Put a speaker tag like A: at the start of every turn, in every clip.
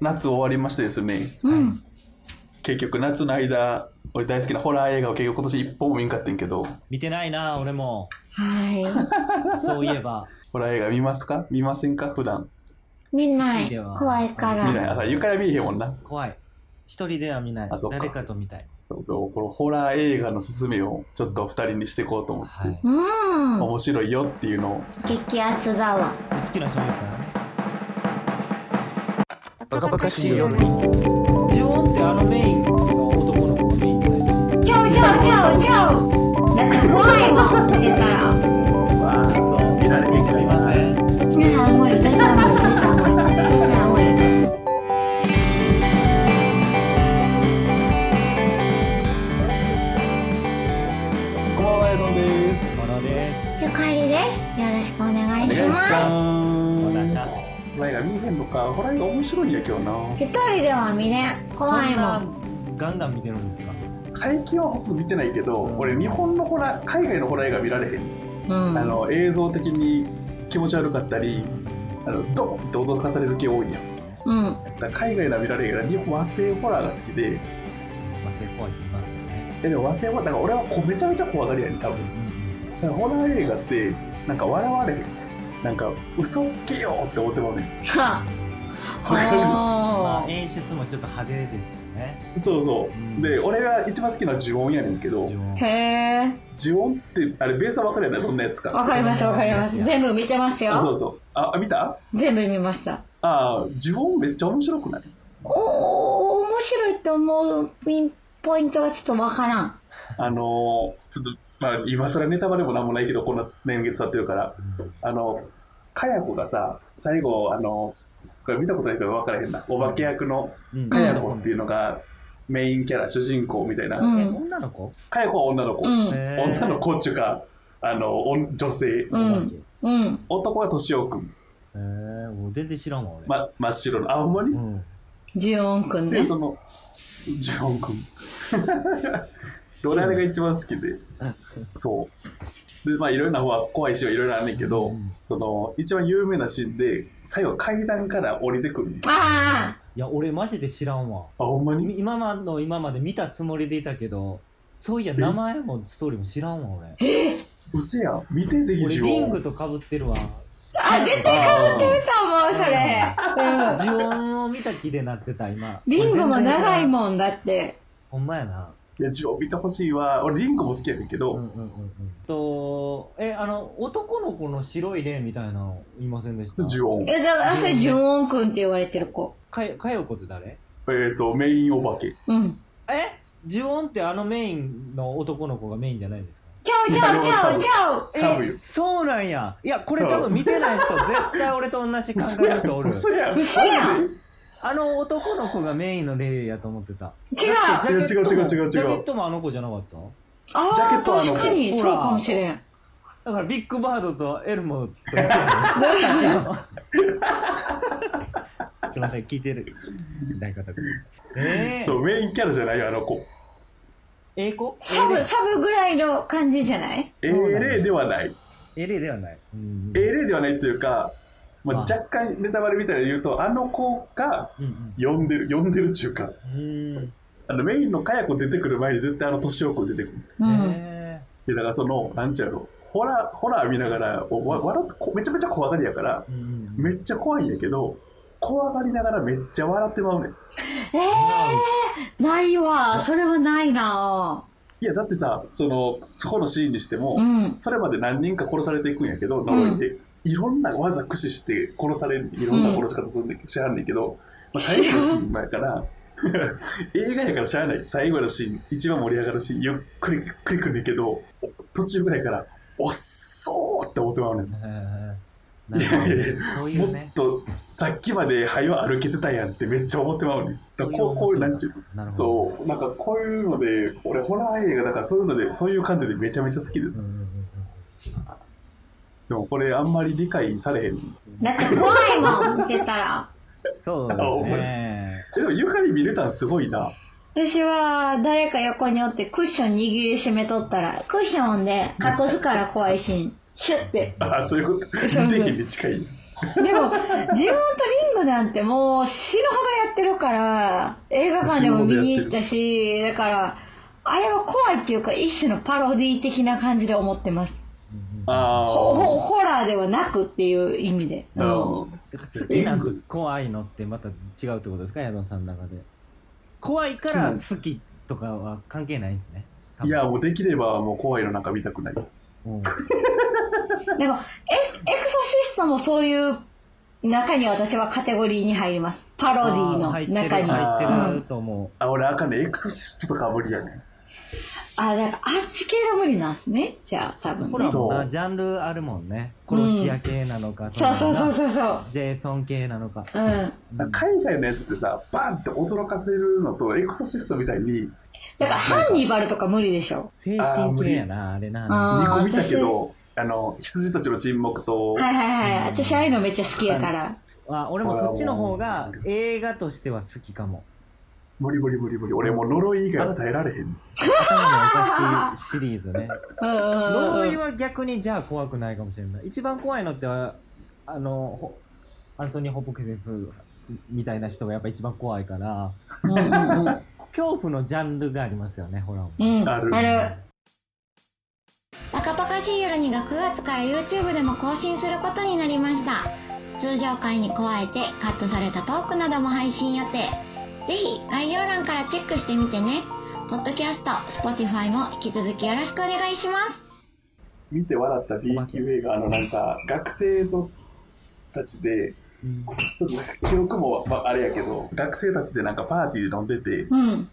A: 夏終わりましてですね、
B: うん。
A: 結局夏の間、俺大好きなホラー映画を結局今年一本も見んかってんけど、
C: 見てないな、俺も。
B: は
C: そういえば。
A: ホラー映画見ますか見ませんか普段。
B: い。見な
C: 好き
B: い。
C: では
B: 怖いか
C: うん
A: 見
B: ら。
A: ない。あ、ゆから見えへんもんな。
C: 怖い。一人では見ない
A: あそ。っか
C: 誰かと見たい。
A: そうこのホラー映画の勧めをちょっと二人にしていこうと思って、
C: はい。
B: うん。
A: 面白いよっていうのを。
B: 激アツだわ。
C: 好きな人ですからね。
A: バカバカし
C: いよジオンってあのメインの男の子のメインだよね
B: ちょちょちょちょ。だって怖いもん。見てたら。
A: わ
C: ちょっと、
A: 見られへん
C: すいません。
B: 皆さん無理。皆さん無理。皆さん無理。
A: こんばんは、やどんです。
C: ものです。
B: ゆかりです。よろしくお願
A: お
B: いし
A: 願い
B: ま
A: し
B: す。
C: お願い
A: ま
C: し
A: す
C: ます。
A: ホラー映画見えへんのか。ホラー映画面白いんやけどな。
B: 一人では見れん。怖いもん。
C: ん。ガンガン見てるんですか
A: 最近はほとんど見てないけど、俺日本のホラー、海外のホラー映画見られへん。
B: うん。
A: あの映像的に気持ち悪かったりあのドンって驚かされる系多いやん
B: うん。
A: だから海外のは見られるから日本和製ホラーが好きで
C: まあ、それ怖いって言いますよね。
A: えでも和製ホラーだから俺はこうめちゃめちゃ怖がりやねん多分だからホラー映画ってなんか笑われへんなんか嘘つけよって思ってまうね
B: は
A: わかる
C: まあ、
B: あ。
C: 演出もちょっと派手ですしね。
A: ん そうそううんで俺が一番好きなのは呪音やねんけど
C: ジオン
B: へえ。
A: 呪音ってあれベースは分かるやんなどんなやつか
B: わかりますわかります。全部見てます
A: あそ
B: よ。
A: うそうあ見た
B: 全部見ました。
A: ああ呪音めっちゃ面白くない
B: おお面白いと思うポイントがちょっとわからん。
A: あのーちょっと、まあ、今更ネタバレもなんもないけど、こんな年月経ってるから、あの、かやこがさ、最後、あの、すこれ見たことない人が分からへんな。お化け役の
C: うん
A: かやこっていうのが、メインキャラ、主人公みたいな。
B: うん
C: え、女の子
A: かやこは女の子。
B: うん
C: へー
A: 女の子っちゅうか、あの、おん女性。
B: う
C: 女の
B: んうん。
A: 男は年をくん。
C: 子へえ、もう全然知らんわ、俺。
A: ま、真っ白の。あ、ほんま
C: う
A: に、
C: ん。
B: ジュオンくんね
A: で、。その、ジュオン くん。どれあれが一番好きで。そう。で、まあ、いろんな方は怖いシーンはいろいろあんねんけど、
C: うん
A: その、一番有名なシーンで、最後階段から降りてくるねん
B: あ
C: いや、俺マジで知らんわ。
A: あ、ほんまに
C: み今までの今まで見たつもりでいたけど、そういや、
A: え
C: 名前もストーリーも知らんわ、俺。
B: あ。え
A: 嘘やん。見てぜひ
C: 俺、
A: 自
C: リン
A: 分。
C: グとかぶってるわ。
B: あ、絶対
A: あ
B: 見たもん、それ。うん。
C: ジオンを見た気でなってた、今。
B: リングも長い
C: ん。
B: もんだって。
C: ほんまやな。
A: ーいや、ジオ見てほしいわ。俺、リングも好きやねんけど、
C: うんうんうんうん。と、え、あの、男の子の白い霊みたいなのいませんでし
A: それ
C: た
A: ジオン。えっ、
B: え、だから、それジュオンくんって言われてる子。
C: かよ、かよこって誰
A: と、メインお化け。
B: うん。
C: えジオンってあのメインの男の子がメインじゃないんですか
B: ちょちょちょちょ
A: サブ
C: え
A: よ。
C: そうなんや。いや、これ多分見てない人、絶対俺と同じ感
A: 嘘
C: 覚の
A: や
C: 人お
A: ん。
C: る。
A: 嘘やん。マジで
C: あの男の子がメインの霊やと思ってた。
B: 違う
C: だってジャケット
A: い
C: も
A: や違う違う違う違う
C: ジャケットもあの子じゃなかった
B: ああ、
A: ジャケットはあの
B: 確かに、そう
C: ほら
B: かもしれん。
C: だからビッグバードとエルモと一緒にすいません、聞いてる。大方です。え
A: そ
C: ー、
A: う、メインキャラじゃないよ、あの子。
C: 英語
B: サブ、サブぐらいの感じじゃない
A: 英
C: そうなんだ
A: 霊ではない。
C: 英霊ではない。うん
A: 英霊ではないというか、まあ、
C: まあ
A: 若干ネタバレみたいなの言うと、あの子が
C: うん
A: 呼んでる、呼んでるっていうか、
C: うん。うん。
A: あのメインのかやこ出てくる前に絶対あの年を子出てくる。
B: うん。
C: え
A: で、だからその、なんちゃうの、ホラー、ホラー見ながら、おわ笑ってこ、めちゃめちゃ怖がりやから、
C: ーうん
A: めっちゃ怖いんやけど、怖がりながらめっちゃ笑ってまうねん。
B: えー、ないわ。それはないなぁ
A: いや、だってさ、その、そこのシーンにしても、
B: うん。
A: それまで何人か殺されていくんやけど、呪いで。いろんな技駆使して殺される、いろんな殺し方するんで、しゃあんねんけど、まあ、最後のシーン前から、 映画やからしゃあない。最後のシーン、一番盛り上がるシーン、ゆっくりゆっくりくるねんけど、途中ぐらいから、おっそうって思ってまうねん。
C: えー
A: いやいやい
C: そうい
A: も
C: う
A: っ
C: ね。
A: とさっきまではよ歩けてたやんってめっちゃ思ってまうねん。だからこうこういうなんちゅう
C: なるほど
A: そうなんかこういうので俺ホラー映画だからそういうのでそういう観点でめちゃめちゃ好きです。
C: うんうんうんうん
A: でもこれあんまり理解されへん。
B: だって怖いもん、見てたら。
C: そうだね。
A: えでもゆかり見れたんすごいな。
B: 私は、誰か横におってクッション握りしめとったら、クッションで隠すから怖いシーン。シュッて。
A: あそういうこと。見てへんに近い。
B: でも、ジオンとリングなんてもう、死ぬほどやってるから、映画館でも見に行ったし、だから、あれは怖いっていうか、一種のパロディ的な感じで思ってます。
A: あ
B: ほほホラーではなくっていう意味で。
A: あ。うん
C: だから好きなの怖いのってまた違うってことですか矢野さんの中で怖いから好きとかは関係ないんですね多
A: い
C: 分
A: や、もうできればもう怖いのなんか見たくない。
C: うん
B: でも、エエクソシストもそういう中に私はカテゴリーに入ります。パロディ
C: あ入っ
B: の
C: てる
B: 中に。あ
A: あ
C: 入ってると思
A: あ、俺あかんね。エクソシストとか無理やね
B: だからあっち系が無理なんですね。じゃあ、多
C: う、
B: 分、
C: ほ
B: ね。
C: ら
B: そう
A: そう
C: ジャンルあるもんね殺し屋系なのか、そ
B: そ
C: の
B: うそうそうそう。
C: ジェイソン系なのか、
B: うん。
A: ん。海外のやつってさ、バンって驚かせるのと、エクソシストみたいに
B: だから、ハンニバルとか無理でしょ。
C: 精神系やなあれな
B: あー
A: 2個見たけど、あの、羊たちの沈黙と、
B: はいはいはい。
C: うん
B: 私、ああいうのめっちゃ好きやから。
C: あ俺もそっちの方が映画としては好きかも
A: 無理無理無理無理。俺もう呪い以外は耐えられへん。
C: 頭のおかしいシリーズね
B: うんうん
C: 呪
B: うん
C: いは逆にじゃあ怖くないかもしれない一番怖いのってあのほアンソニー・ホプキンスみたいな人がやっぱ一番怖いから
B: うんうん
C: 恐怖のジャンルがありますよねホラーも、
B: うん。うん。
A: ある
B: ある。パカパカしい夜にが9月から YouTube でも更新することになりました通常回に加えてカットされたトークなども配信予定ぜひ概要欄からチェックしてみてねポッドキャスト Spotify も引き続きよろしくお願いします
A: 見て笑った B 級映画のなんか、学生のたちで、
C: うん
A: ちょっとなんか記憶も、まあ、あれやけど、学生たちでなんかパーティーで飲んでて、
B: うん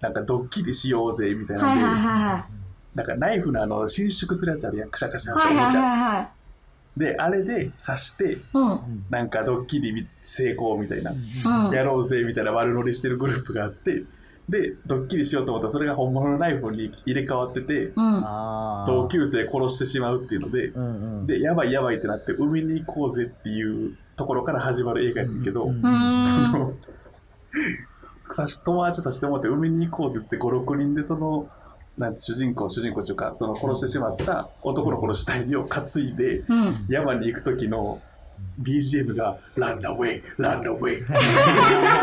A: なんかドッキリしようぜみたいな
B: は
A: いん
B: はい
A: で、
B: は
A: なんかナイフのあの伸縮するやつあるやん、くしゃくしゃって
B: いはいはい
A: お
B: は
A: も
B: い
A: ちゃ。
B: は
A: で、あれで刺して、
B: いうん
C: うん
A: なんかドッキリ成功みたいな、
B: うん
A: やろうぜみたいな悪乗りしてるグループがあって、で、ドッキリしようと思ったら、それが本物のナイフに入れ替わってて、
B: うん
C: あー
A: 同級生殺してしまうっていうので、
C: うんうん
A: で、やばいやばいってなって、海に行こうぜっていうところから始まる映画やねんけど、
C: うん
B: う
A: そ
B: ん
A: の、 さし、友達さしてもらって、海に行こうって言って、5、6人で、その、なんて主人公、主人公というか、その殺してしまった男の子の死体を担いで、
B: うん
A: 山に行く時の BGM が、ランナウェイ、ランナウェイ。BGM 流れて
C: 笑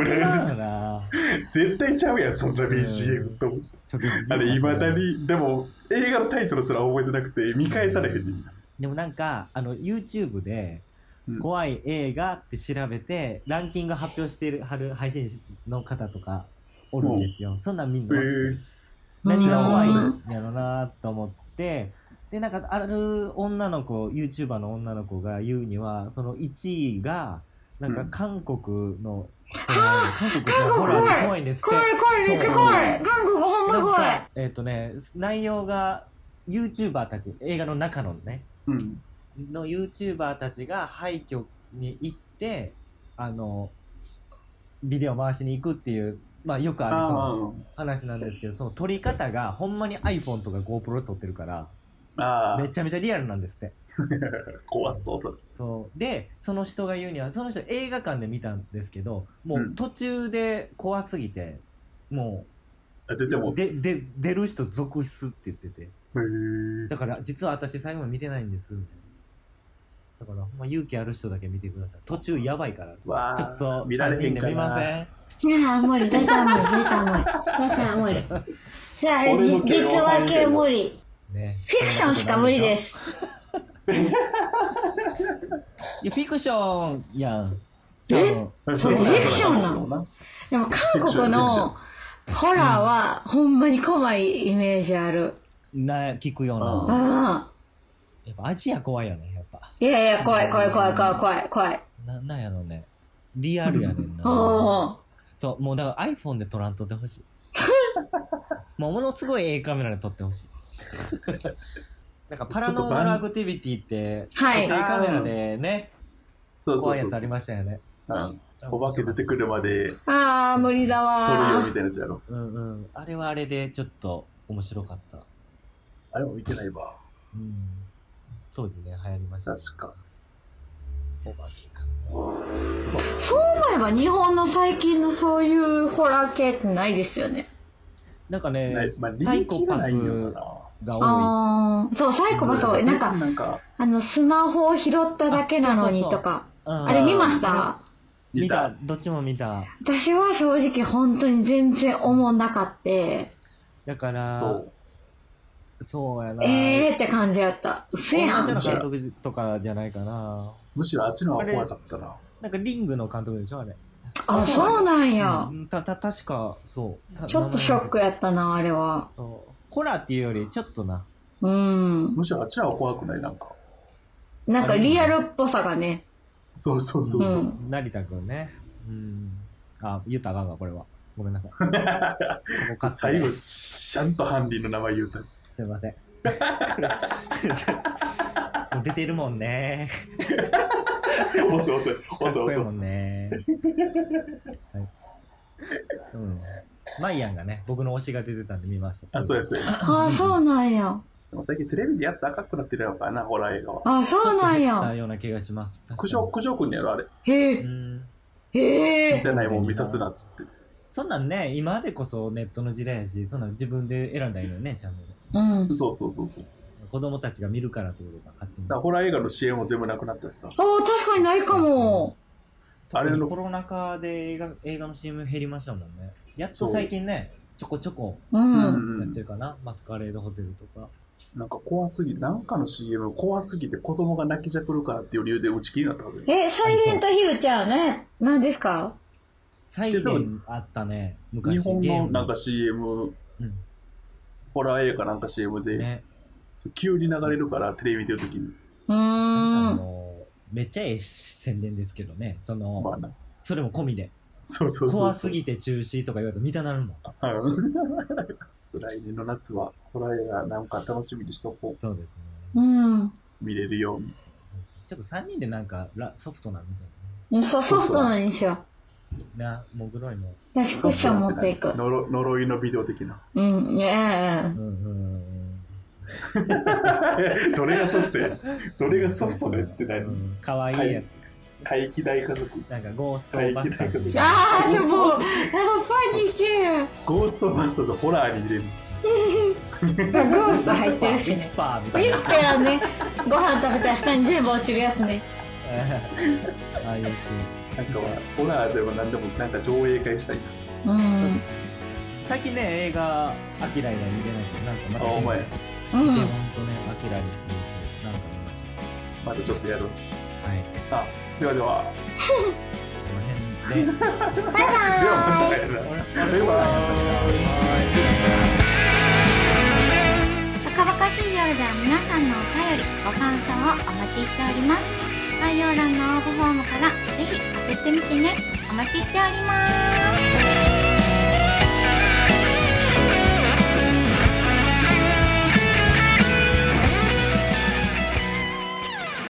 C: うな
A: て絶対ちゃうやん、そんな BGM と。
C: ちょっと
A: あれ、いまだに、でも、映画のタイトルすら覚えてなくて、見返されへんねん。
C: でもなんかあの YouTube で
A: うん
C: 怖い映画って調べて、ランキング発表してるはる配信の方とかおるんですよ、そんなんみんな、
A: え
C: 何が怖い
A: うん
C: やろなと思ってでなんかある女の子 YouTuber の女の子が言うにはその1位がなんか韓国の、
B: あ
C: 韓国のホラーで怖いんですって
B: 怖い怖いめっちゃ怖い韓国ほんま
C: なん
B: 怖い
C: かえっ、とね内容が YouTuber たち映画の中のね
A: うん。
C: の YouTuber たちが廃墟に行ってあのビデオ回しに行くっていう、まあ、よくあるそ
A: あ
C: の話なんですけどその撮り方がほんまに iPhone とか GoPro で撮ってるから
A: あ、あ
C: め
A: あ、
C: ちゃめちゃリアルなんですって
A: 怖そうそう。
C: そうでその人が言うにはその人映画館で見たんですけども
A: う
C: うん途中で怖すぎて、も
A: あ出ても
C: う、でで出る人続出って言ってて
A: へー
C: だから実は私最後まで見てないんですみたいなだからほんま勇気ある人だけ見てください途中やばいから
A: わあ
C: ちょっと
A: 見られへん
C: 三人
A: か
C: で
A: な
C: 見ません
B: いや、無理、絶対無理、絶対無理。絶対無理。じゃあ、
A: 俺
B: じ
A: の
B: 実
A: 許容範
B: 話
A: 囲
B: 系
A: でも
B: 無理。
C: ね
B: フィクションしか無理ですす。
C: いやフィクションやん
B: え
C: 多分
B: そう
A: フィ
B: クションな
A: の
B: でも、韓
A: フィク
B: 国
A: ションフィクショ
B: のホラーは、ほんまに怖いイメージある。
C: な聞くよう
B: う。
A: うん
C: なんやっぱアジア怖いよねやっぱ
B: いやいや、怖い、怖い、怖い、怖い、怖い、怖い。
C: ななんやろねリアルやね んな
B: おー
C: そうもうだから iPhone で撮らんとっ てほしいもうものすごいええカメラで撮って ほしいなんかパラノーマルアクティビティって
B: は
C: 固定
B: い。
C: カメラでね
A: そうそ
C: 怖
A: う
C: いやつ
A: そ
C: あり
A: う。
C: ましたよね
A: うんお化け出てくるまで
B: あー、無理だわ
A: 撮るよ
B: ー
A: み。たいなやつやろ。
C: うんうんあれはあれでちょっと面白かった、
A: あれも見てないわ。
C: うん、当時ね流行りましたね
A: 確か。
C: お化けか
B: そう思えば、日本の最近のそういうホラー系ってないですよね。
C: なんかね、
A: ないまあ、
C: サイ
A: 人
C: コ
A: 気が
C: パ
A: ない
C: ス
A: んよな。
C: が多
B: あー、そう、サイコパス多い。なんか、
A: なんか、
B: あの、スマホを拾っただけなのにとか。
C: い、うん
B: あれ見ました
C: 見
A: 見た
C: た、どっちも見た。
B: 私は正直本当に全然思んなかって、
C: だから、
A: そう。
C: そうやな。
B: えーって感じやった。うせや
C: 同
B: ん
C: じ
A: 同
C: ような
A: じ
C: 監督とかじゃないかな。
A: むしろあっちの方が怖かったな。
C: なんかリングの監督でしょ、あれ。
B: あ、そうなんや
C: う。んた、た、確か、そう。た
B: ちょっとショック。
C: 名前忘れ
B: やったな、あれは
C: た。そうホラーっていうより、ちょっとな。
B: うん。
A: むしろあっちの方が怖くないなんか。
B: なんかリアルっぽさがね。
A: そうそうそうそう。
B: うん
C: 成田君ね。うん。あ、言ったらあかんわ、これは。ごめん なさい。ここカッ
A: 最
C: ト
A: 後、
C: で
A: ちゃんと犯人の名前言うた。
C: すいません。もう出てるもんね。
A: 遅い遅い。
C: かっ
A: 遅い
C: こいい
A: 遅い
C: も。んね。はい。うん。マイアンがね、僕の推しが出てたんで見ました。
A: あ、そうです。
B: あ、そうなんや。
A: でも最近テレビでやったら赤くなってるやろからな、ホラー映画は。
B: あ、
C: ちょ
B: そ
C: っ
B: う
C: と
B: なん
C: 減った
B: や。
C: ような気がします。
A: 苦情、苦情くんやろ、あれ。
B: へ
C: う
B: え、
C: ん。
B: へ
A: 見
B: え。
A: てないもん見さすなっつって。
C: そんなんね、今でこそネットの時代やし、そんなん自分で選んだらいいのよね、チャンネル。
B: うん。
A: そうそうそうそう。
C: 子供たちが見るからってことか、勝手に
A: だか。らホラー映画の支援も全部なくなったしさ。
B: あー、確かにないかも。
A: あれの
C: 特にコロナ禍で映画映画の CM 減りましたもんね。やっと最近ね、ちょこちょこ
B: う。
A: うん
C: やっ
A: ん
C: て。るかな、マスカレードホテルとか。
A: なんか怖すぎ、なんかの CM 怖すぎて子供が泣きじゃくるからっていう理由で打ち切りになったはずよ。
B: え、サイレントヒルちゃんね。何ですか
C: サイレンあったね、
A: 日
C: 昔
A: 本
C: ゲー
A: の
C: ム
A: なんか CM、
C: うん
A: ホラー映画なんか CM で、
C: ね、
A: 急に流れるからテレビ見てるときに。
B: うー
C: なんか
B: ん。
C: あのめっちゃええ宣伝ですけどね、その、
A: まあな。
C: それも込みで。
A: そうそうそうそう。
C: 怖すぎて中止とか言われたら見たなるもん。
A: うん。 ちょっと来年の夏はホラー映画なんか楽しみにしとこ
C: そうですね。
B: うん。
A: う。見れるように。
C: ちょっと3人でなんかラソフトなみたい
B: そう、ソフトなんですよ。
C: な。な、もぐろいも。
B: 私、クッション持っていく。
A: 呪呪いのビデオ的な。
B: うん、
C: う
B: ね
C: んうんうん。
A: どれがソフトやどれがソフトのやつって
C: う
A: 何
C: んかわいいや
A: 怪奇大家族。
C: つ。なんかゴーストバスターズ
B: え。ああ、でも、あの、パニック
A: ゴーストバスターズホラーに入れる。
B: ゴースト入ってるし
C: ウィ
B: ね。
C: スパーみたい
B: 言
C: な
B: っ。たよね。ご飯食べたら下に全部落ちるやつね。
C: ああいう
A: な
C: 系
A: んかは、ホラーでも何でもなんか上映会したいな。
B: うん。
C: 最近ね、映画、アキラ以外見てないけど、なんかま
A: あ、
C: た。
A: お前、
B: う
C: でも
B: ん。
C: 本当ね、アキラに続いて、なんか見まし
A: またちょっとやろう。
C: た。はい。
A: ではでは、
C: この辺で。
B: バイ
A: では
B: バ
A: ま
B: ーイ
A: た。やるな。
C: バイバイ。
B: バカバカしい夜では皆さんのお便り、ご感想をお待ちしております。概要欄の応募フォームからぜひ送ってみてね。お待ちしております。